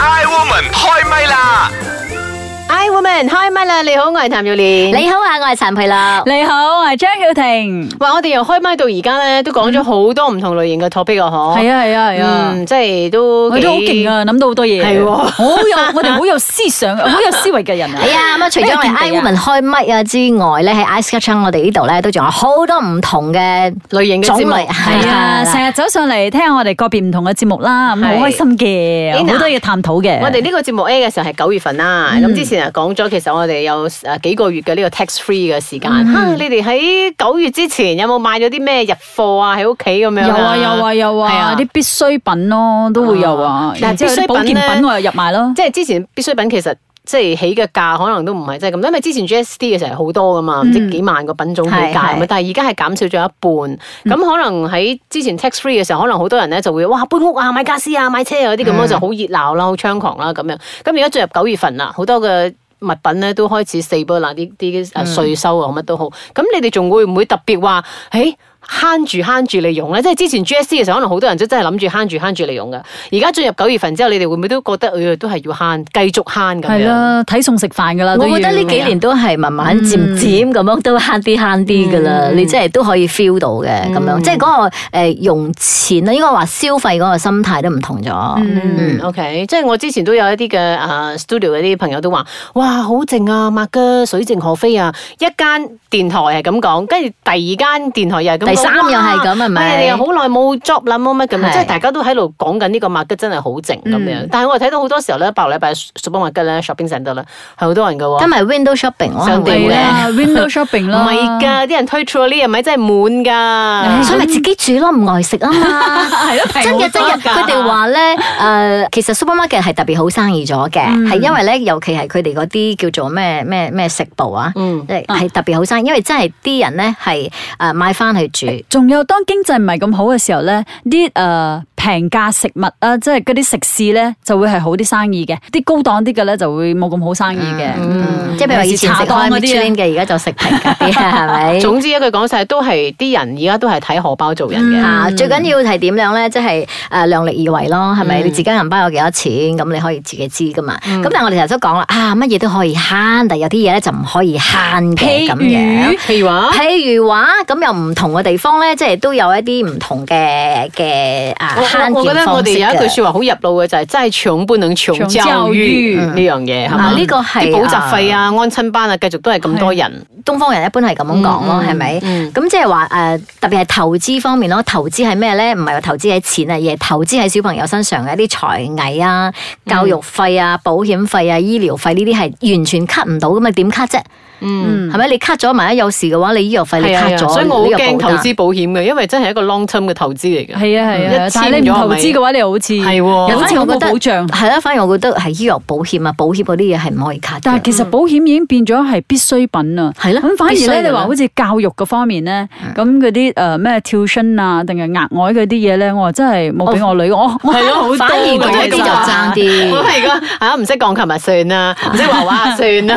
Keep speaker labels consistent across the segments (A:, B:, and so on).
A: Iwoman 開唛啦！
B: I woman 開唛啦！啊你好，我係譚耀蓮。
C: 你好啊，我係陳佩樂。
D: 你好，我係張曉婷。
B: 話我哋由開唛到而家咧，都講咗好多唔同類型嘅 topic 啊，嗬。
D: 係啊係啊係啊
B: 嗯，即係都
D: 我
B: 幾
D: 都好勁！啊，諗到好多嘢。
B: 係喎
D: 好有我哋好有 思想，好有思維嘅人啊。
C: 係啊，咁啊，除咗我哋 I Woman 開麥啊之外咧，喺 Ice c a t c h n 我哋呢度咧都仲有好多唔同嘅
B: 類型嘅
C: 種
B: 節目
C: 類，
D: 係啊，
C: 係
D: 成日走上嚟聽下我哋個別唔同嘅節目啦，咁
B: 係
D: 好開心嘅，
B: Lina，
D: 好多嘢探討嘅。
B: 我哋呢個節目 A 嘅時候係九月份啦，
D: 嗯
B: 咁、之前啊講咗，其實我哋有誒幾個月嘅呢個 tax free 嘅時間。
D: 嗯
B: 啊你哋喺九月之前有冇買咗啲咩入貨啊？喺屋企咁樣
D: 有啊有啊有
B: 係
D: 啊，啲必需品咯都會有啊
B: 啊，但係
D: 然之後
B: 必需品
D: 啲保健
B: 咧
D: 品我又入埋咯。
B: 即係之前必需品其實。即係起嘅價可能都唔係真係咁，因為之前 GST 嘅時候係好多噶嘛，唔知幾萬個品種起價咁
C: 嗯係嗯
B: 啊
C: 係，
B: 但係而家係減少咗一半。咁可能喺之前 tax free 嘅時候，可能好多人咧就會哇搬屋啊、買家私啊、買車啊嗰啲
C: 嗯
B: 咁樣就好熱鬧啦、好猖狂啦咁樣。咁而家進入九月份啦，好多嘅物品咧都開始四波啦，啲啲
C: 嗯
B: 誒税收啊乜都好。咁你哋仲會唔會特別話誒？慳住慳住利用咧，即係之前 GST 嘅時候，可能好多人都真係諗住慳住慳住利用嘅。而家進入九月份之後，你哋會唔會都覺得，誒、都係要慳，繼續慳咁
D: 係
B: 樣？
D: 啦，睇餸食飯噶啦。
C: 我覺得
D: 都要
C: 呢幾年都係慢慢漸漸咁樣都慳啲慳啲噶啦，你真係都可以 feel 到嘅咁樣，即係嗰個誒用錢啊啦，應該話消費嗰個心態都唔同咗。
B: 嗯，OK，即係我之前都有一啲嘅啊 studio 嗰啲朋友都話，哇，好靜啊，麥嘅水靜河飛啊！一間電台係咁講，跟住第二間電台又係咁講，
C: 第三
B: 哇
C: 又係咁啊係咪
B: 哎你又好耐冇 job 啦，冇乜咁樣，
C: 係嗯
B: 即係大家都喺度講緊呢個麥嘅真係好靜咁樣。但係我睇到好多時候咧，八個禮拜 supermarket 咧 shopping centre 咧係好多人嘅喎。
C: 跟埋 window shopping 我係
B: 想
C: 會啊
D: 係
B: 地
C: 嘅。
D: 啦，window shopping
B: 嗯唔
D: 啦，
B: 係㗎，啲人推 trolley 係咪真係滿㗎？
C: 所以咪自己煮咯，唔外食啊嘛。
D: 係咯，
C: 真嘅真嘅，
B: 㗎
C: 佢哋話咧，誒、其實 supermarket 係特別好生意咗嘅，係、
D: 嗯
C: 因為咧，尤其係佢哋嗰啲叫做咩咩咩食部啊，
B: 嗯
C: 即係係特別好生意，因為真係啲人咧係誒買翻去煮，
D: 仲有當經濟唔係咁好嘅時候咧，啲誒平價食物啊，即係嗰啲食肆咧就會係好啲生意嘅，啲高檔啲嘅咧就會冇咁好生意嘅。
C: 嗯即係譬如話以前食開
D: 尤其嗯是茶檔嗰啲啊
C: Michelin 嘅，而家就食平價 啲，係咪？
B: 總之一句講晒，都係啲人而家都係睇荷包做人嘅。
C: 啊，
D: 嗯
C: 最緊要係點樣咧？即係誒量力而為咯，係
B: 嗯
C: 咪？你自己銀包有幾多錢，咁你可以自己知噶嘛。
D: 嗯
C: 咁但係我哋頭先都講啦，啊乜嘢都可以慳，但係有啲嘢咧就唔可以慳嘅
D: 譬
C: 咁
D: 如
C: 樣。
B: 譬如話，
C: 譬如話咁，有唔同嘅地方咧，即係都有一啲唔同嘅嘅啊
B: 我
C: 慳
B: 我我覺
C: 儉
B: 得我
C: 方
B: 哋
C: 式
B: 有一句
C: 嘅。
B: 説話好入腦嘅就係真係搶不能搶
D: 搶
B: 教
D: 教
B: 育
D: 育
B: 呢樣嘢係
C: 啊
B: 嘛？
C: 呢個係
B: 啲補習費啊、安親班啊，繼續都係咁多人。
C: 東方人一般係咁樣講咯，
B: 嗯
C: 係啊咪？
B: 嗯
C: 咁即係話誒，特別係投資方面咯。投資係咩咧？唔係話投資喺錢啊，而係投資喺小朋友身上嘅一啲才藝
B: 嗯
C: 啊、教育費啊、保險費啊、醫療費呢啲係完全 cut 唔到噶嘛？點 cut 啫？
D: 嗯
C: 係咪？你 cut 咗埋一有事嘅話，你醫藥費你
B: 係啊
C: cut
B: 係啊
C: 咗，
B: 所以我好
C: 你呢個
B: 驚
C: 保
B: 投
C: 單
B: 資保險嘅，因為真係一個 long term 嘅投資嚟嘅。
D: 係啊係啊
B: 一，
D: 但
B: 簽
D: 係你唔
B: 咗
D: 投資嘅話，你又好似
B: 係喎
D: 又好似好冇保障。
C: 係啦，反而我覺得係醫藥保險啊、保險嗰啲嘢係唔可以 cut 嘅。
D: 但係其實保險已經變咗係必需品啦，
C: 嗯係咯
D: 咁反而
C: 必須㗎
D: 咧，
C: 啦
D: 你話好似教育嗰方面咧，咁嗰啲誒咩 tuition 啊，定係額外嗰啲嘢咧，我真係冇俾我女，我我
B: 係咯，好多
C: 反而
B: 㗎
C: 嗰啲
B: 其實
C: 就爭啲
B: 我係個啊，唔識鋼琴咪算啦，唔識畫畫啊算 啦，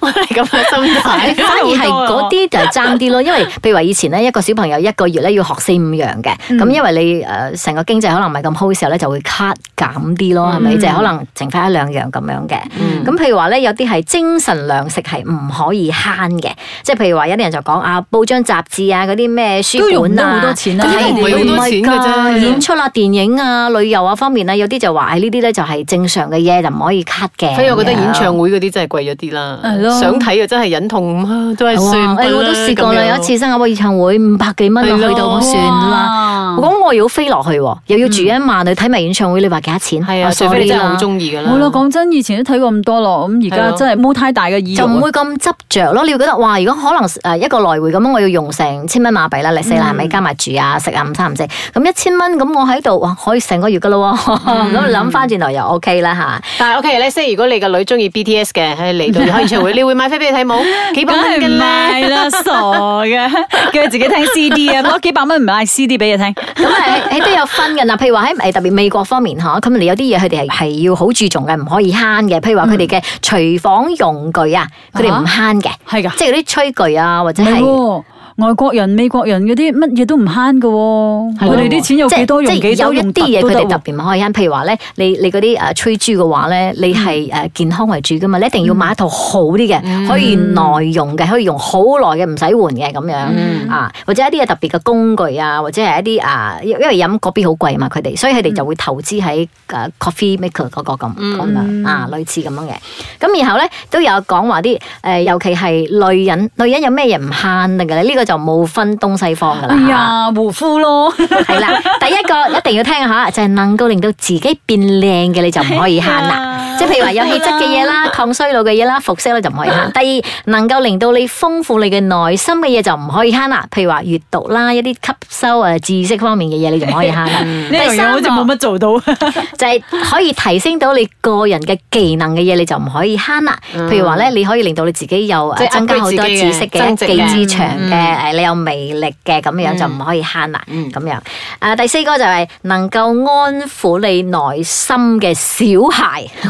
B: 我係咁嘅心態。
C: 反而係嗰啲就係爭啲 咯，因為譬如話以前咧，一個小朋友一個月咧要學四五樣嘅，咁、
D: 嗯
C: 因為你誒成、個經濟可能唔係咁好嘅時候咧，就會 cut 減啲
D: 嗯
C: 咯，係咪？就係可能剩翻一兩樣咁樣嘅。咁、譬如話咧，有啲係精神糧食係唔可以慳嘅，即係譬如話有啲人就講啊，報章雜誌啊，嗰啲咩書
D: 都用唔
C: 本
D: 到
C: 啊，
D: 好多錢啦
C: 嗰啲
D: 咁都唔
B: 係好多
C: 唔係
B: 錢㗎啫
C: 㗎演出啊、電影啊、旅遊啊方面啊，有啲就話誒呢啲咧就係正常嘅嘢，就唔可以 cut 嘅。
B: 所以我覺得
C: 咁樣
B: 演唱會嗰啲真係貴咗啲啦
D: 係，咯
B: 想睇啊真係忍痛啊都係
C: 哇
B: 算吧啦
C: 誒哎我都試過啦，
B: 咁樣
C: 有一次新加坡演唱會五百幾蚊，我啊
B: 係咯
C: 去到我算啦。
D: 啦
C: 我講我要飛落去喎，又要住一晚去睇埋演唱會，你話幾多錢？
B: 嗯係啊，
C: 我
B: 除非你
C: sorry
B: 真係好
C: 啦
B: 中意㗎啦。
D: 好啦，講真，以前都睇過咁多咯，咁而
B: 係
D: 家
B: 咯
D: 真係冇太大嘅意欲
C: 就唔
D: 啊。
C: 會咁執着咯，你會覺得哇！如果可能誒一個來回咁樣，我要用成千蚊馬幣啦，嚟四
B: 嗯
C: 啦，咪加埋住啊、食啊、午餐唔食，咁一千蚊咁我喺度哇，可以成個月噶咯喎，
B: 嗯
C: 咁你諗翻轉頭又 OK 啦嚇。
B: 但係 OK 咧，即係如果你個女中意 BTS 嘅，喺嚟 到開演唱會，你會買飛俾佢睇冇？幾百
D: 梗
B: 蚊
D: 係
B: 㗎
D: 唔
B: 啦。
D: 買啦，傻嘅，叫佢自 己聽 CD 啊，攞幾百蚊唔買 CD 俾佢聽。
C: 咁誒誒都有分嘅嗱，譬如話喺誒特別美國方面嚇，咁啊你有啲嘢佢哋係係要好注重嘅，唔可以慳嘅。譬如話
D: 嗯
C: 佢哋嘅廚房用具啊，佢哋唔慳嘅，
D: 係㗎
C: 即係嗰啲炊具啊或者
D: 係
C: 係。
D: 喎。外國人、美國人嗰啲乜嘢都唔慳噶，
B: 係
D: 佢
B: 咯
D: 哋啲錢有
C: 即係
D: 幾多用
C: 即係
D: 幾
C: 有
D: 多
C: 一
D: 用
C: 啲嘢佢哋特
D: 得喎
C: 別唔可以慳，譬如話咧，你你嗰啲誒吹珠嘅話咧，你係誒健康為主噶嘛，你一定要買一套好啲
D: 嗯
C: 嘅，可以耐用嘅，可以用好耐嘅，唔使換嘅咁
D: 嗯
C: 樣啊，或者一啲嘅特別嘅工具啊，或者係一啲啊，因因為飲嗰邊好貴嘛，佢哋，所以
D: 嗯
C: 佢哋就會投資喺誒 coffee maker 嗰個咁咁樣啊，類似咁樣嘅。咁然後咧都有講話啲誒，尤其係女人，女人有咩嘢唔慳得嘅咧？呢個就冇分東西方噶啦。
D: 哎呀，護膚咯，
C: 系啦，第一個一定要聽下，就係能夠令到自己變靚嘅，你就唔可以慳
D: 啊
C: 啦。即係譬如話有氣質嘅嘢 啦、抗衰老嘅嘢啦、服飾咧就唔可以慳。第二，能夠令到你豐富你嘅內心嘅嘢就唔可以慳啦。譬如話閱讀啦，一啲吸收誒知識方面嘅嘢你就唔可以慳啦。
D: 嗯呢樣
C: 第
D: 嘢
C: 三
D: 好
C: 個
D: 似冇乜做到。
C: 就係可以提升到你個人嘅技能嘅嘢，你就唔可以慳啦。譬如話咧，你可以令到你自己有
B: 嗯
C: 呃
B: 即係
C: 增加好
B: upgrade
C: 多
B: 自己嘅
C: 知識嘅
B: 增值嘅
C: 技之長嘅，
B: 嗯
C: 誒你有魅力嘅咁樣就唔可以慳啦。咁樣誒第四個就係能夠安撫你內心嘅小孩，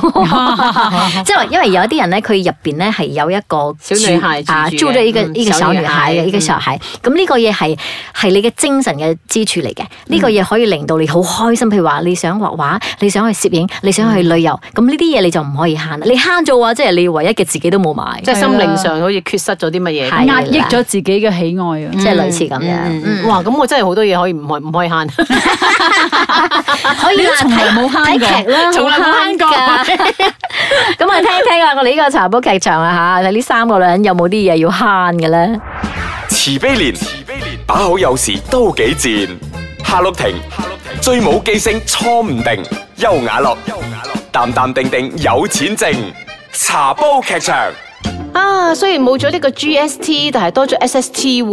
C: 即係話因為有啲人咧，佢入邊咧係有一個
B: 小女孩
C: 住啊
B: 住住
C: 住
B: 嘅
C: 咗一個
B: 嗯
C: 一個小
B: 小
C: 女
B: 女
C: 孩
B: 孩嗯
C: 嘅一個小孩，咁呢個嘢係係你嘅精神嘅支柱嚟嘅，呢個嘢可以令到你好開心。譬如話你想畫畫，你想去攝影，你想去旅遊，咁呢啲嘢你就唔可以慳啦。你慳咗話，即係你唯一嘅自己都冇買，
B: 即係心
D: 係啦
B: 靈上好似缺失咗啲乜嘢
C: 係
B: 咁。
D: 壓抑咗自己嘅喜愛啊！
C: 即係類似咁樣。
B: 嗯
C: 嗯
B: 哇！咁我真係好多嘢可以唔可唔可以慳，
C: 啊可以啦，
D: 從來冇慳過
C: 睇睇劇啦，
B: 從來冇慳過
C: 好慳㗎 咁我哋聽一聽啊，我哋呢個茶煲劇場啊吓，睇呢三個女人有冇啲嘢要慳嘅咧？
A: 慈悲蓮，慈悲蓮，把口有時都幾賤。夏綠庭，夏綠庭，最冇記性錯唔定。優雅樂，優雅樂，淡淡定定有錢剩。茶煲劇場，
B: 啊，雖然冇咗呢個 GST，但係多咗 SST 喎。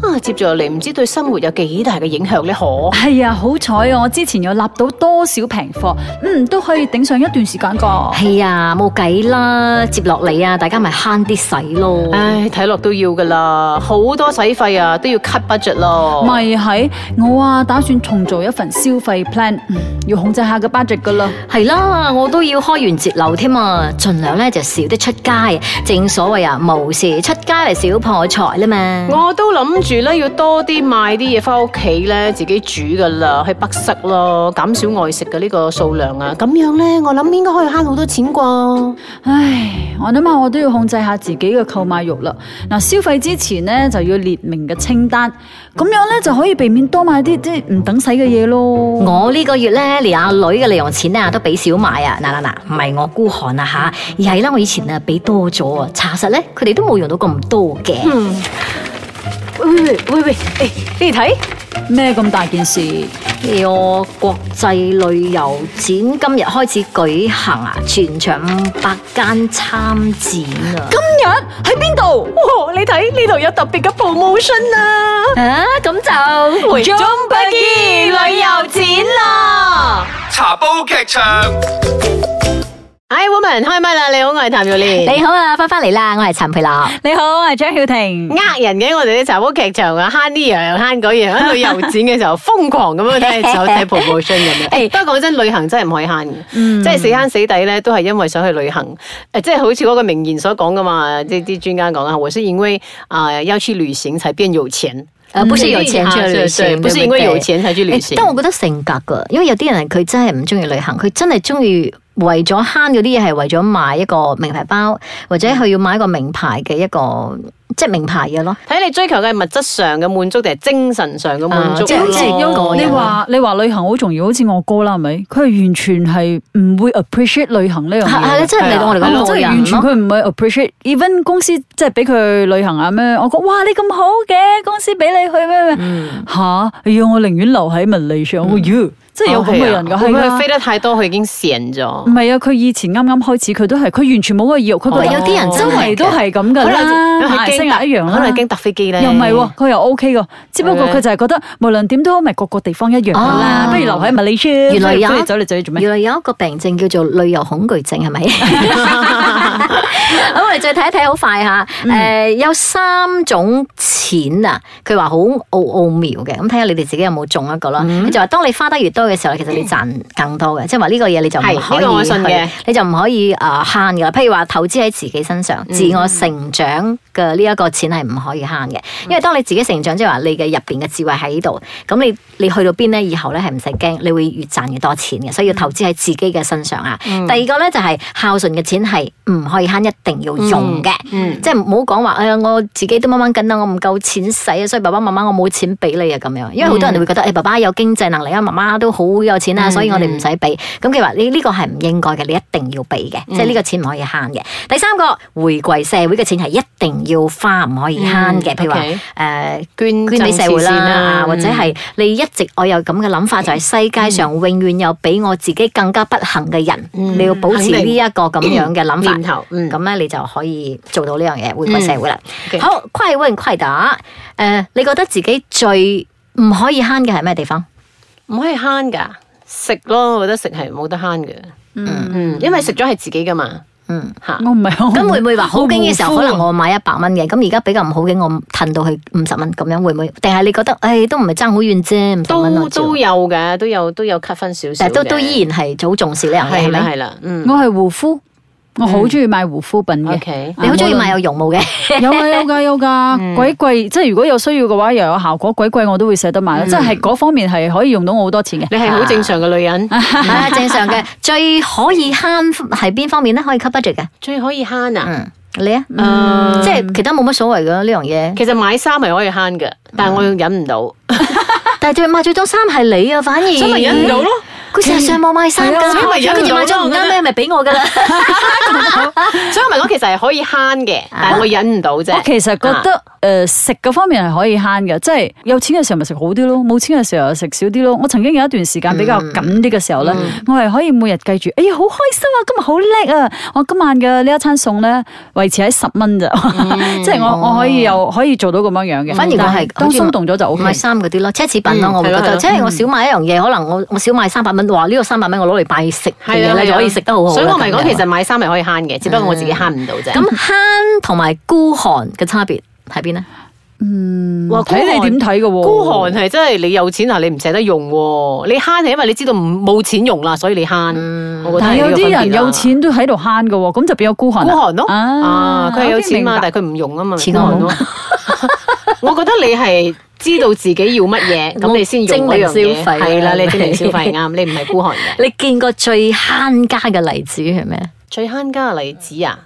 B: 啊，接住落嚟唔知對生活有幾大嘅影響呢？可
D: 係啊，好彩啊！我之前有立到多少平貨，嗯，都可以頂上一段時間噶。
C: 係啊，冇計啦，接落嚟啊，大家咪慳啲使咯。
B: 唉，睇落都要噶啦，好多使費啊，都要 cut budget 咯。
D: 咪係我啊，打算重做一份消費 plan，嗯要控制下個 budget 噶啦。
C: 係啦，我都要開源節流添啊！盡量咧就少啲出街，正所謂啊，無事出街係小破財啦嘛。
B: 我都諗住咧，要多啲買啲嘢翻屋企咧，自己煮噶啦，去北食咯，減少外食嘅呢個數量啊。咁樣咧，我諗應該可以慳好多錢啩。
D: 唉，我諗下我都要控制下自己嘅購買欲啦。嗱，消費之前呢，就要列明嘅清單，咁樣呢，就可以避免多買啲即係唔等使嘅嘢咯。
C: 我呢個月咧，連阿女嘅零用錢啊都俾少買啊！嗱嗱嗱，唔係我孤寒啊吓，而係啦，我以前啊俾多咗啊，查實咧佢哋都冇用到咁多嘅。
B: 喂喂喂喂喂，誒你哋睇，
D: 咩咁大件事？
C: 呢個國際旅遊展今日開始舉行啊，全場五百間參展啊！
B: 今日喺邊度？哇！你睇呢度有特別嘅 promotion 啊！
C: 啊，咁就
B: 回中北京旅遊展啦！
A: 茶煲劇場。
B: 哎，woman 開唛啦！你好，我係譚耀蓮。
C: 你好啊，翻返嚟啦，我係陳佩樂。
D: 你好，我係張曉婷。
B: 呃人嘅，我哋啲茶煲劇場啊，慳呢樣慳嗰樣，喺旅遊展嘅時候瘋狂咁樣睇手睇 promotion 咁樣。誒，不過講真，旅行真係唔可以慳嘅，即係死慳死抵咧，都係因為想去旅行。誒，即係好似嗰個名言所講噶嘛，即係啲專家講啊，我是因為啊要去旅行才變有錢。
C: 呃，不是有錢去
B: 嗯啊
C: 旅
B: 對對
C: 行，
B: 不是
C: 對
B: 因
C: 對
B: 為有錢才去旅行
C: 誒但我覺得性格噶，因為有啲人佢真係唔中意旅行，佢真係中意為咗慳嗰啲嘢，係為咗買一個名牌包，或者佢要買一個名牌嘅一個即係名牌嘢咯。
B: 睇你追求嘅係物質上嘅滿足定係精神上嘅滿足
C: 啊即係
B: 咯
C: 好似
D: 因
C: 個
D: 你
C: 人
D: 話你話旅行好重要，好似我哥啦，係咪？佢係完全係唔會 appreciate 旅行呢樣
C: 係
D: 嘢。
C: 係真係嚟到我哋
D: 係
C: 講
D: 啊真
C: 個
D: 係
C: 人
D: 完全
C: 咯。
D: 佢唔係 appreciate。even 公司即係俾佢旅行啊咩，我講哇你咁好嘅，公司俾你去咩咩吓？哎呀，我寧願留喺文理上，我要即係有
B: 哦
D: 咁嘅人㗎，
B: 會唔
D: 係
B: 會
D: 啊
B: 佢飛得太多，佢已經成
D: 唔
B: 咗。
D: 係啊，佢以前啱啱開始，佢都係佢完全冇個意欲，佢覺
C: 喂
D: 得
C: 哦有啲人真
D: 周
C: 係
D: 圍都係咁㗎啦，馬來西亞一樣啦，
B: 可能係驚搭飛機咧。
D: 又唔係喎，佢又 O K 喎，只不過佢就係覺得無論點都好，咪個個地方一樣噶啦，
C: 哦
D: 不如留喺 Malaysia，
C: 原來有
D: 不如走嚟走去做咩？
C: 原來有一個病症叫做旅遊恐懼症，係 咪？咁我哋再睇一睇，好快吓。
B: 嗯
C: 誒、有三種
B: 嗯
C: 錢啊，佢話好奧奧妙嘅，咁睇下你哋自己有冇中一個啦。佢就話當你花得越多嘅時候咧，其實你賺更多嘅，即係話呢個嘢你就唔
B: 係
C: 可
B: 呢個我信嘅
C: 以去，你就唔可以呃诶悭噶啦。譬如話投資喺自己身上，自我成長嘅呢一個錢係唔可以慳嘅，因為當你自己成長，即係話你嘅入邊嘅智慧喺度，咁你你去到邊咧，以後咧係唔使驚，你會越賺越多錢嘅，所以要投資喺自己嘅身上啊。第二個咧就係孝順嘅錢係唔可以慳，一定要用嘅。
B: 嗯，
C: 即係唔好講話，哎呀，我自己都掹掹緊啦，我唔夠錢使啊，所以爸爸媽媽我冇錢俾你啊咁樣。因為好多人會覺
B: 嗯
C: 得，誒、爸爸有經濟能力啊，媽媽都好有錢啊，所以我哋唔使俾。咁佢話呢呢個係唔應該
B: 嗯
C: 嘅，你一定要俾嘅，即係呢個錢唔可以慳嘅。第三個回饋社會嘅錢係一定要花，唔可以慳嘅。
B: 嗯
C: 譬如話
B: Ừ. OK
C: 誒。
B: 捐
C: 捐俾社會
B: 贈慈善
C: 啦，或者
B: 嗯
C: 係你一直我有咁嘅諗法，就係世界上永遠有比我自己更加不幸嘅人，
B: 嗯
C: 你要保持呢一個 咁樣嘅諗法
B: 念。頭，嗯，
C: 咁咧你就可以做到呢樣嘢，回歸社會啦。
B: OK
C: 好，快問快答。誒、你覺得自己最唔可以慳嘅係咩地方？
B: 唔可以慳㗎，食咯，我覺得食係冇得慳嘅，
D: 嗯，
B: 嗯，因為食咗係自己㗎嘛，
C: 嗯。
B: 嚇。
D: 我唔係好。
C: 咁會唔會話好景嘅時候，
D: 我啊
C: 可
D: 冇
C: 能我買一百蚊嘅，咁而家比較唔好景，我褪到去五十蚊咁樣，會唔會？定係你覺得，誒都唔係爭好遠啫，五十蚊
B: 都
C: 我照
B: 都有嘅，都有都有 cut 分少少
C: 但
B: 嘅，
C: 係都都依然係好重視呢樣
B: 係
C: 嘢，係
B: 啦係
C: 咪？
B: 啦，嗯
D: 我係護膚，我好中意買護膚品嘅。
B: ，OK，
C: 你好中意買有絨毛 嘅，
D: 有噶有噶 有噶，
C: 嗯
D: 鬼貴！即係如果有需要嘅話，又有效果，鬼貴我都會捨得
C: 嗯
D: 買啦。即係嗰方面係可以用到我好多錢嘅。
B: 你係好正常嘅女人，
C: 係啊，正常嘅。最可以慳係邊方面咧？可以 cut budget 嘅。
B: 最可以慳啊，
C: 嗯，你啊，
B: 誒
C: 即係其他冇乜所謂嘅呢樣嘢。
B: 其實買衫係可以慳嘅，但係我忍唔到，
C: 但係最買最多衫係你啊，反而
B: 所以咪忍唔到咯。
C: 佢成日上網買衫
D: 係啊
C: 㗎，
D: 所以
B: 咪忍唔
C: 跟住
B: 到咯
C: 買咗唔啱咩，咪俾我 㗎啦。
B: 所以我咪講其實係可以慳嘅，
C: 啊
B: 但係我忍唔到啫。啊
D: 我其實覺得诶食嗰方面係可以慳嘅，即係有錢嘅時候咪食好啲咯，冇錢嘅時候食少啲咯。我曾經有一段時間比較
C: 嗯
D: 緊啲嘅時候咧，我係可以每日記住，哎呀好開心啊，今日好叻啊！我今晚嘅呢一餐餸咧維持喺十蚊咋， 即係我我可以又可以做到咁樣樣嘅。
C: 嗯哦反而我係
D: 但當鬆動咗就 O K
C: 買。衫嗰啲咯，奢侈品咯，
B: 嗯
C: 我會覺
B: 係咯係
C: 得，
B: 咯
C: 即係我少買一樣嘢，可能我我少買三百蚊，哇！呢個三百蚊我攞嚟買食嘅
B: 係
C: 嘢
B: 啊
C: 咧，
B: 係
C: 就
B: 啊
C: 可以食得好好啦。
B: 所以我咪
C: 咁
B: 講
C: 樣
B: 其實買衫係可以慳嘅，只不過我自己慳唔到啫。
C: 嗯咁慳同埋孤寒嘅差別喺邊咧？
B: 哇
D: 嗯睇你點睇嘅喎？
B: 哦孤寒係真係你有錢啊，你唔捨得用喎。你慳係因為你知道唔冇錢用啦，所以你慳。
C: 嗯
B: 我覺得
D: 但
B: 係
D: 係有
B: 呢個
D: 啲
B: 分別
D: 人
B: 啦
D: 有錢都喺度慳嘅喎，咁就變咗孤寒
B: 孤
D: 啦。
B: 寒咯，
D: 啊
B: 啊，佢係有錢嘛，
D: 我已經明白
B: 但係佢唔用啊嘛，
C: 錢
B: 孤
C: 我冇
B: 寒咯。 我覺得你係知道自己要乜嘢，咁你先用嗰樣
C: 精明
B: 嘢。
C: 消費啊
B: 係啦，你精明消費啱，你唔係孤寒嘅。
C: 你見過最慳家嘅例子係咩？
B: 最慳家嘅例子啊，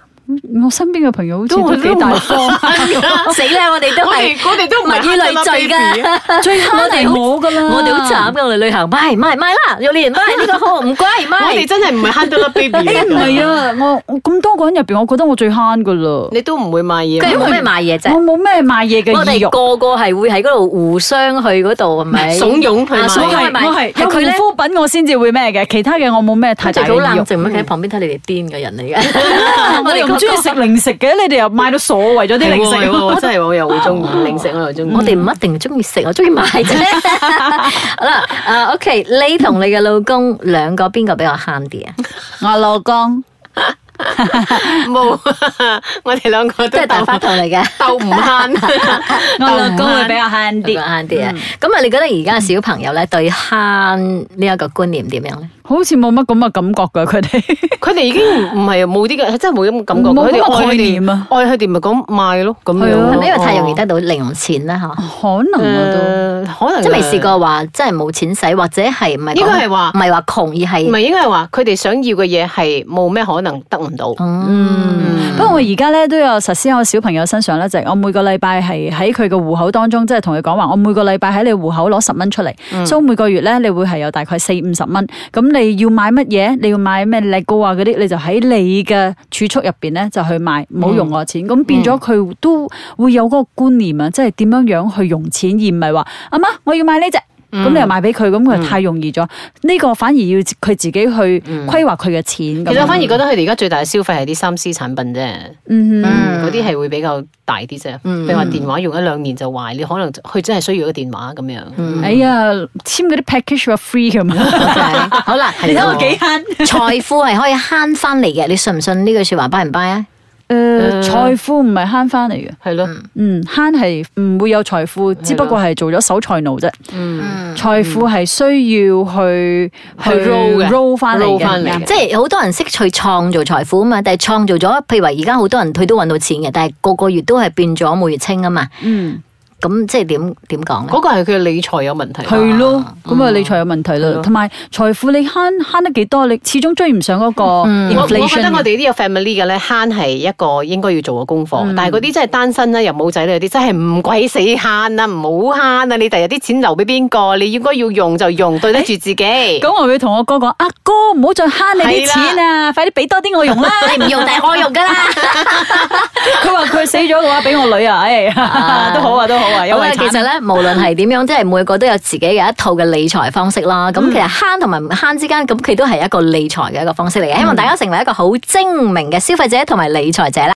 D: 我身邊嘅朋友好似都幾大方。
C: 死啦！我哋都
B: 我
C: 係
B: 哋我哋都唔係
C: 物以類聚
B: 慳 㗎
C: 㗎，
D: 最慳係我㗎啦
C: 我哋好慘㗎，我哋旅行買買買啦，有年買呢個好唔貴
B: 我
C: 買
B: 哋。真係唔係慳到粒 baby
D: 誒
B: 嚟
D: 唔
B: 㗎。
D: 係啊，我我咁多個人入邊，我覺得我最慳噶啦，
B: 你都唔會買嘢。
C: 佢冇咩買嘢啫
D: 我。冇咩買嘢
C: 我
D: 嘅意
C: 哋
D: 欲。
C: 個個係會喺嗰度互相去嗰度，係 咪？
B: 慫恿去買
C: 啊慫恿
D: 係
C: 去買
D: 我係
C: 係
D: 有
C: 佢
D: 護
C: 咧，
D: 膚品我先至會咩嘅，其他嘅我冇咩太
C: 佢
D: 大
C: 哋
D: 嘅
C: 好
D: 意
C: 冷
D: 欲。嗯
C: 靜，咁喺旁邊睇你哋癲嘅人嚟
D: 啊
C: 嘅。
D: 我哋
C: 個
D: 唔中意食零食嘅，你哋又買到所謂咗啲
B: 係
D: 零
B: 喎係喎我
D: 食。
B: 真係我又會中意零食，我又中意。
C: 我哋唔一定中意食，我中意買啫。好啦，啊，OK，你同你嘅老公兩個邊個比較慳啲 啊？
D: 我老公
B: 冇， 我哋兩個
C: 即
B: 都
C: 係大花
B: 鬥
C: 筒嚟嘅。
B: 鬥唔慳。
D: 我老公會比較慳
C: 比較
D: 啲，
C: 慳啲啊！咁啊，你覺得而家小朋友咧對慳呢一個觀念點樣咧？
D: 好似冇乜咁嘅感覺㗎，佢哋。
B: 佢哋已經唔係冇啲嘅，真係冇咁感覺。
D: 冇
B: 佢
D: 咁嘅
B: 哋愛佢
D: 概念啊
B: 哋，愛佢哋咪講賣咯，咁樣
D: 係啊
B: 咯。
C: 係咪因為太容易
B: 哦
C: 得到零用錢啦？嗬，
D: 可能啊
B: 誒
D: 我
B: 可能
C: 即係未試過話真係冇錢使，或者係唔係講
B: 應該係話
C: 唔係話窮而
B: 唔
C: 係
B: 係應該係話佢哋想要嘅嘢係冇咩可能得唔到。
C: 嗯。
D: 都，不過我而家咧都有實施喺我小朋友身上咧，就係我每個禮拜係喺佢嘅戶口當中，即係同佢講話，我每個禮拜喺你戶口攞十蚊出嚟，
B: 嗯
D: 所以每個月咧你會係有大概四五十蚊。咁你要買乜嘢？你要買咩力高啊嗰啲，你就喺你嘅儲蓄入邊咧就去買，唔好用我
B: 嗯
D: 錢。咁變咗佢都會有嗰個觀念啊，即係點樣樣去用錢，而唔係話阿媽我要買呢只。
B: 嗯
D: 咁你又買俾佢，咁佢太容易咗。呢個反而要佢自己去規劃佢嘅錢。
B: 嗯其實我反而
D: 咁樣
B: 覺得佢哋而家最大嘅消費係啲三 C 產品啫，
D: 嗯哼
B: 嗰啲係會比較大啲啫。譬如話電話用一兩年就壞，你可能佢真係需要一個電話咁樣。
D: 哎呀，簽嗰啲 package 話 free 咁嘛，
C: OK，好 啦，
D: 你睇我幾慳。
C: 財富係可以慳翻嚟嘅，你信唔信呢句説話 buy 唔 buy 啊？
D: 诶，
B: 誒
D: 財富唔係慳翻嚟嘅，
B: 係咯，
D: 嗯，慳係唔會有財富，只不過係做咗守財奴啫。
B: 嗯，
D: 財富係需要去
B: 去 roll 嘅
D: roll 翻嚟
B: roll 返嚟嘅
D: 嘅。
C: 即係好多人識去創造財富啊嘛，但係創造咗，譬如話而家好多人佢都揾到錢嘅，但係個個月都係變咗每月清啊嘛，
D: 嗯，
C: 咁即係點點講咧？
B: 嗰個係佢理財有問題。
D: 係咯，咁啊理財有問題
B: 係
D: 啦
B: 咯，
D: 同埋財富你慳慳得幾多，你始終追唔上嗰個
B: 我我覺得
D: 嗯 inflation
B: 我
D: 嘅。
B: 哋呢個 family 嘅咧慳係一個應該要做嘅功課，
D: 嗯
B: 但係嗰啲真係單身啦，又冇仔女嗰啲，真係唔鬼死慳啊！唔好慳啊！你第日啲錢留俾邊個？你應該要用就用，對得住自己。咁
D: 咁我會同我哥講：阿哥唔好再慳你啲錢啊，快啲俾多啲我用啦！
C: 你唔用，但係我用 㗎啦。
D: 佢話佢死咗嘅話，俾我女啊，哎， 都好啊，都好啊，有
C: 好啦，
D: 遺
C: 其
D: 產
C: 實咧，無論係點樣，即係每個都有自己嘅一套嘅理財方式啦。
B: 嗯
C: 咁其實慳同埋唔慳之
B: 嗯
C: 間，咁佢都係一個理財嘅一個方式嚟嘅。希望大家成為一個好精明嘅消費者同埋理財者啦。